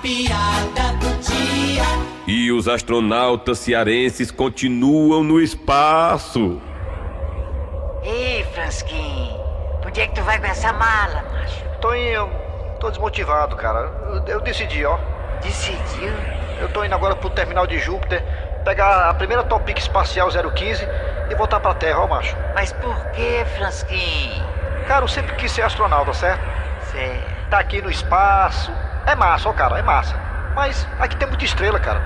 piada do dia. E os astronautas cearenses continuam no espaço. Ei, Fransquinho, onde é que tu vai com essa mala, macho? Toninho, tô desmotivado, cara. Eu, eu decidi, ó. Decidiu? Eu tô indo agora pro terminal de Júpiter, pegar a primeira Topic Espacial 015 e voltar pra Terra, ó, macho. Mas por que, Fransquinho? Cara, eu sempre quis ser astronauta, certo? Cê... Tá aqui no espaço. É massa, ó, cara, é massa. Mas aqui tem muita estrela, cara.